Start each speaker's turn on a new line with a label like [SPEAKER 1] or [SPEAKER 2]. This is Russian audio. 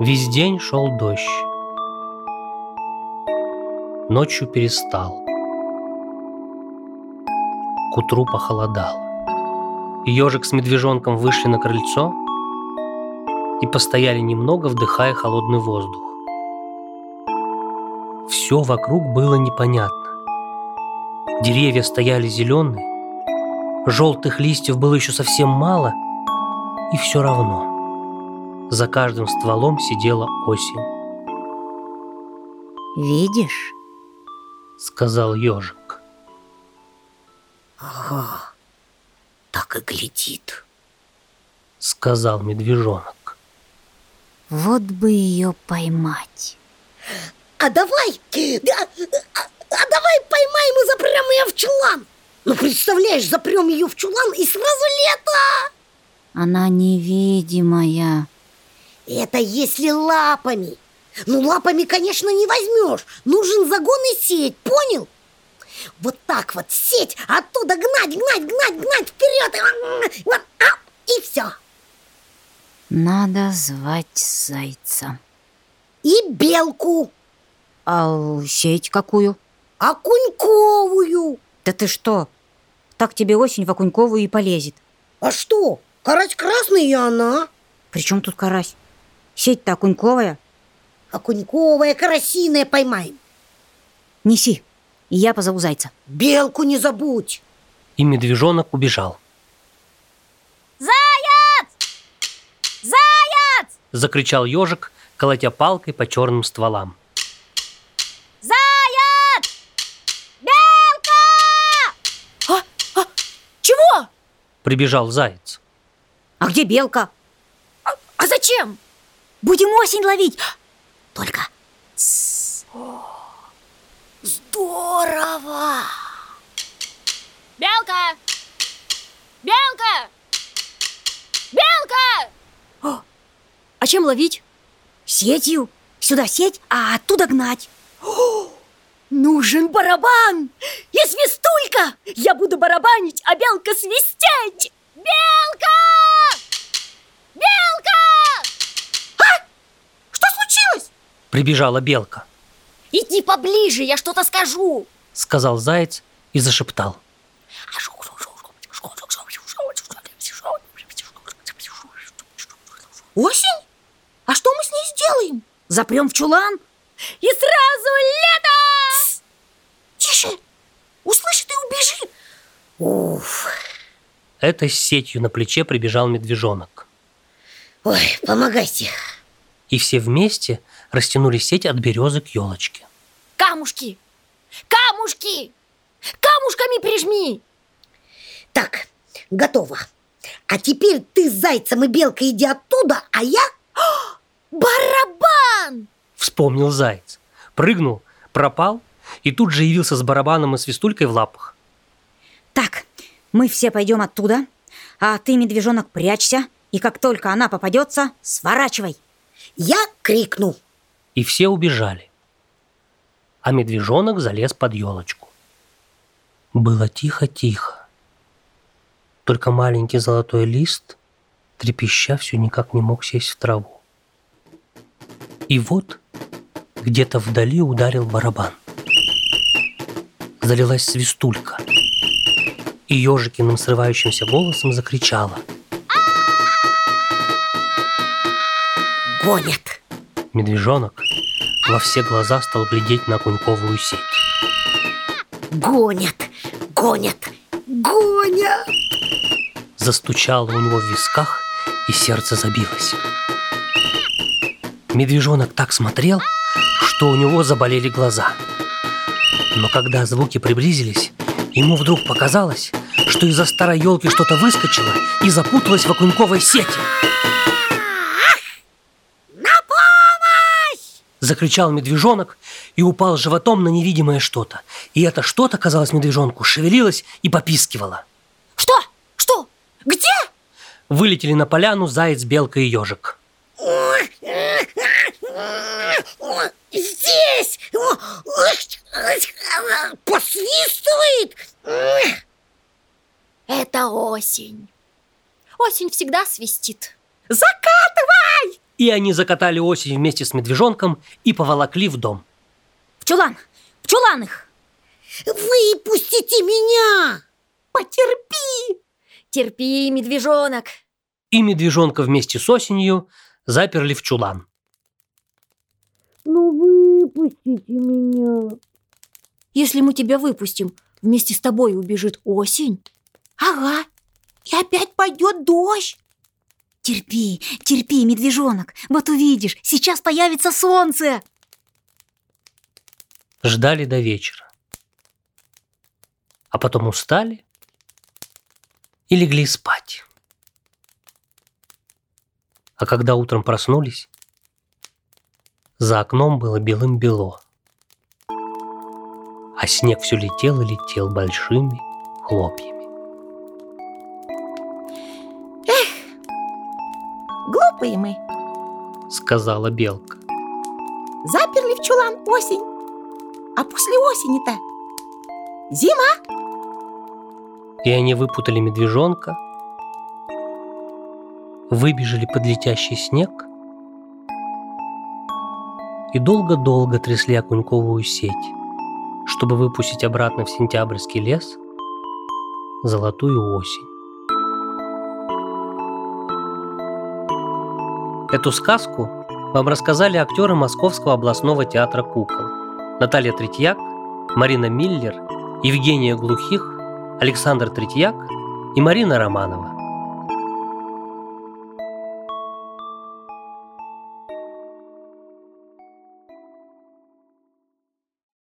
[SPEAKER 1] Весь день шел дождь. Ночью перестал. К утру похолодало. И ежик с медвежонком вышли на крыльцо и постояли немного, вдыхая холодный воздух. Все вокруг было непонятно. Деревья стояли зеленые, желтых листьев было еще совсем мало, и все равно. За каждым стволом сидела осень,
[SPEAKER 2] Видишь?
[SPEAKER 1] сказал ежик.
[SPEAKER 2] Ага, так и глядит.
[SPEAKER 1] Сказал медвежонок.
[SPEAKER 2] Вот бы ее поймать.
[SPEAKER 3] А давай, а, а- а давай поймаем и запрем ее в чулан Ну представляешь, запрем ее в чулан и сразу лето
[SPEAKER 2] Она невидимая.
[SPEAKER 3] Это если лапами Ну лапами, конечно, не возьмешь Нужен загон и сеть, понял? Вот так вот сеть, а оттуда гнать, гнать, гнать, гнать вперед и, вот, ап, и все
[SPEAKER 2] Надо звать зайца.
[SPEAKER 3] И белку, а
[SPEAKER 2] А сеть какую?
[SPEAKER 3] окуньковую
[SPEAKER 4] Да ты что? Так тебе осень в Окуньковую и полезет.
[SPEAKER 3] А что, карась красный и она
[SPEAKER 4] Причем тут карась? Сеть-то Окуньковая.
[SPEAKER 3] Окуньковая, А карасиная поймаем
[SPEAKER 4] Неси, и я позову зайца.
[SPEAKER 3] Белку не забудь
[SPEAKER 1] И медвежонок убежал.
[SPEAKER 2] Заяц!
[SPEAKER 1] Закричал ежик, колотя палкой по черным стволам.
[SPEAKER 5] Чего?
[SPEAKER 1] Прибежал заяц.
[SPEAKER 4] А где белка?
[SPEAKER 5] А зачем? Будем осень ловить.
[SPEAKER 3] Только Тссс. Здорово!
[SPEAKER 5] Белка! Белка! Белка! а чем ловить?
[SPEAKER 4] Сетью. Сюда сеть, а оттуда гнать.
[SPEAKER 5] Нужен барабан! И свистулька! Я буду барабанить, а белка свистеть! Белка! Белка!
[SPEAKER 3] Что случилось?
[SPEAKER 1] Прибежала белка,
[SPEAKER 5] Иди поближе, я что-то скажу!
[SPEAKER 1] сказал заяц и зашептал.
[SPEAKER 3] Осень? А что мы с ней сделаем?
[SPEAKER 4] Запрем в чулан.
[SPEAKER 5] И сразу лето!
[SPEAKER 3] Тише! Услышит и убежит Уф,
[SPEAKER 1] Это с сетью на плече прибежал медвежонок.
[SPEAKER 3] ой, помогайте
[SPEAKER 1] И все вместе растянули сеть от березы к елочке.
[SPEAKER 5] Камушки! Камушки! Камушками прижми!
[SPEAKER 3] Так, готово А теперь ты с зайцем и белкой иди оттуда, а я...
[SPEAKER 5] Барабан!
[SPEAKER 1] Вспомнил заяц. Прыгнул, пропал и тут же явился с барабаном и свистулькой в лапах.
[SPEAKER 4] Так, мы все пойдем оттуда, а ты, медвежонок, прячься, и как только она попадется, сворачивай.
[SPEAKER 3] Я крикну
[SPEAKER 1] И все убежали. А медвежонок залез под елочку. Было тихо-тихо. Только маленький золотой лист, трепеща, все никак не мог сесть в траву. И вот где-то вдали ударил барабан. Залилась свистулька. И ежикиным срывающимся голосом закричала.
[SPEAKER 3] Гонят
[SPEAKER 1] Медвежонок во все глаза стал глядеть на куньковую сеть.
[SPEAKER 3] Гонят, гонят, гонят
[SPEAKER 1] застучало у него в висках, и сердце забилось. Медвежонок так смотрел, что у него заболели глаза. Но когда звуки приблизились, ему вдруг показалось, что из-за старой елки что-то выскочило и запуталось в окуньковой сети. Закричал медвежонок и упал животом на невидимое что-то. И это что-то, казалось медвежонку, шевелилось и попискивало.
[SPEAKER 5] Что? Что? Где?
[SPEAKER 1] Вылетели на поляну заяц, белка и ежик.
[SPEAKER 3] Здесь! Посвистывает!
[SPEAKER 5] Это осень. Осень всегда свистит.
[SPEAKER 3] Закатывай!
[SPEAKER 1] И они закатали осень вместе с медвежонком и поволокли в дом.
[SPEAKER 5] В чулан! В чулан их!
[SPEAKER 3] Выпустите меня!
[SPEAKER 5] Потерпи! Терпи, медвежонок!
[SPEAKER 1] И медвежонка вместе с осенью заперли в чулан.
[SPEAKER 3] Ну выпустите меня!
[SPEAKER 5] Если мы тебя выпустим, вместе с тобой убежит осень.
[SPEAKER 2] Ага, и опять пойдет дождь.
[SPEAKER 4] Терпи, терпи, медвежонок. Вот увидишь, сейчас появится солнце.
[SPEAKER 1] Ждали до вечера. А потом устали и легли спать. А когда утром проснулись, за окном было белым-бело. А снег все летел и летел большими хлопьями.
[SPEAKER 3] Глупые мы,
[SPEAKER 1] сказала белка.
[SPEAKER 3] заперли в чулан осень А после осени-то зима
[SPEAKER 1] И они выпутали медвежонка, выбежали под летящий снег и долго-долго трясли окуньковую сеть, чтобы выпустить обратно в сентябрьский лес золотую осень. Эту сказку вам рассказали актеры Московского областного театра кукол Наталья Третьяк, Марина Миллер, Евгения Глухих, Александр Третьяк и Марина Романова.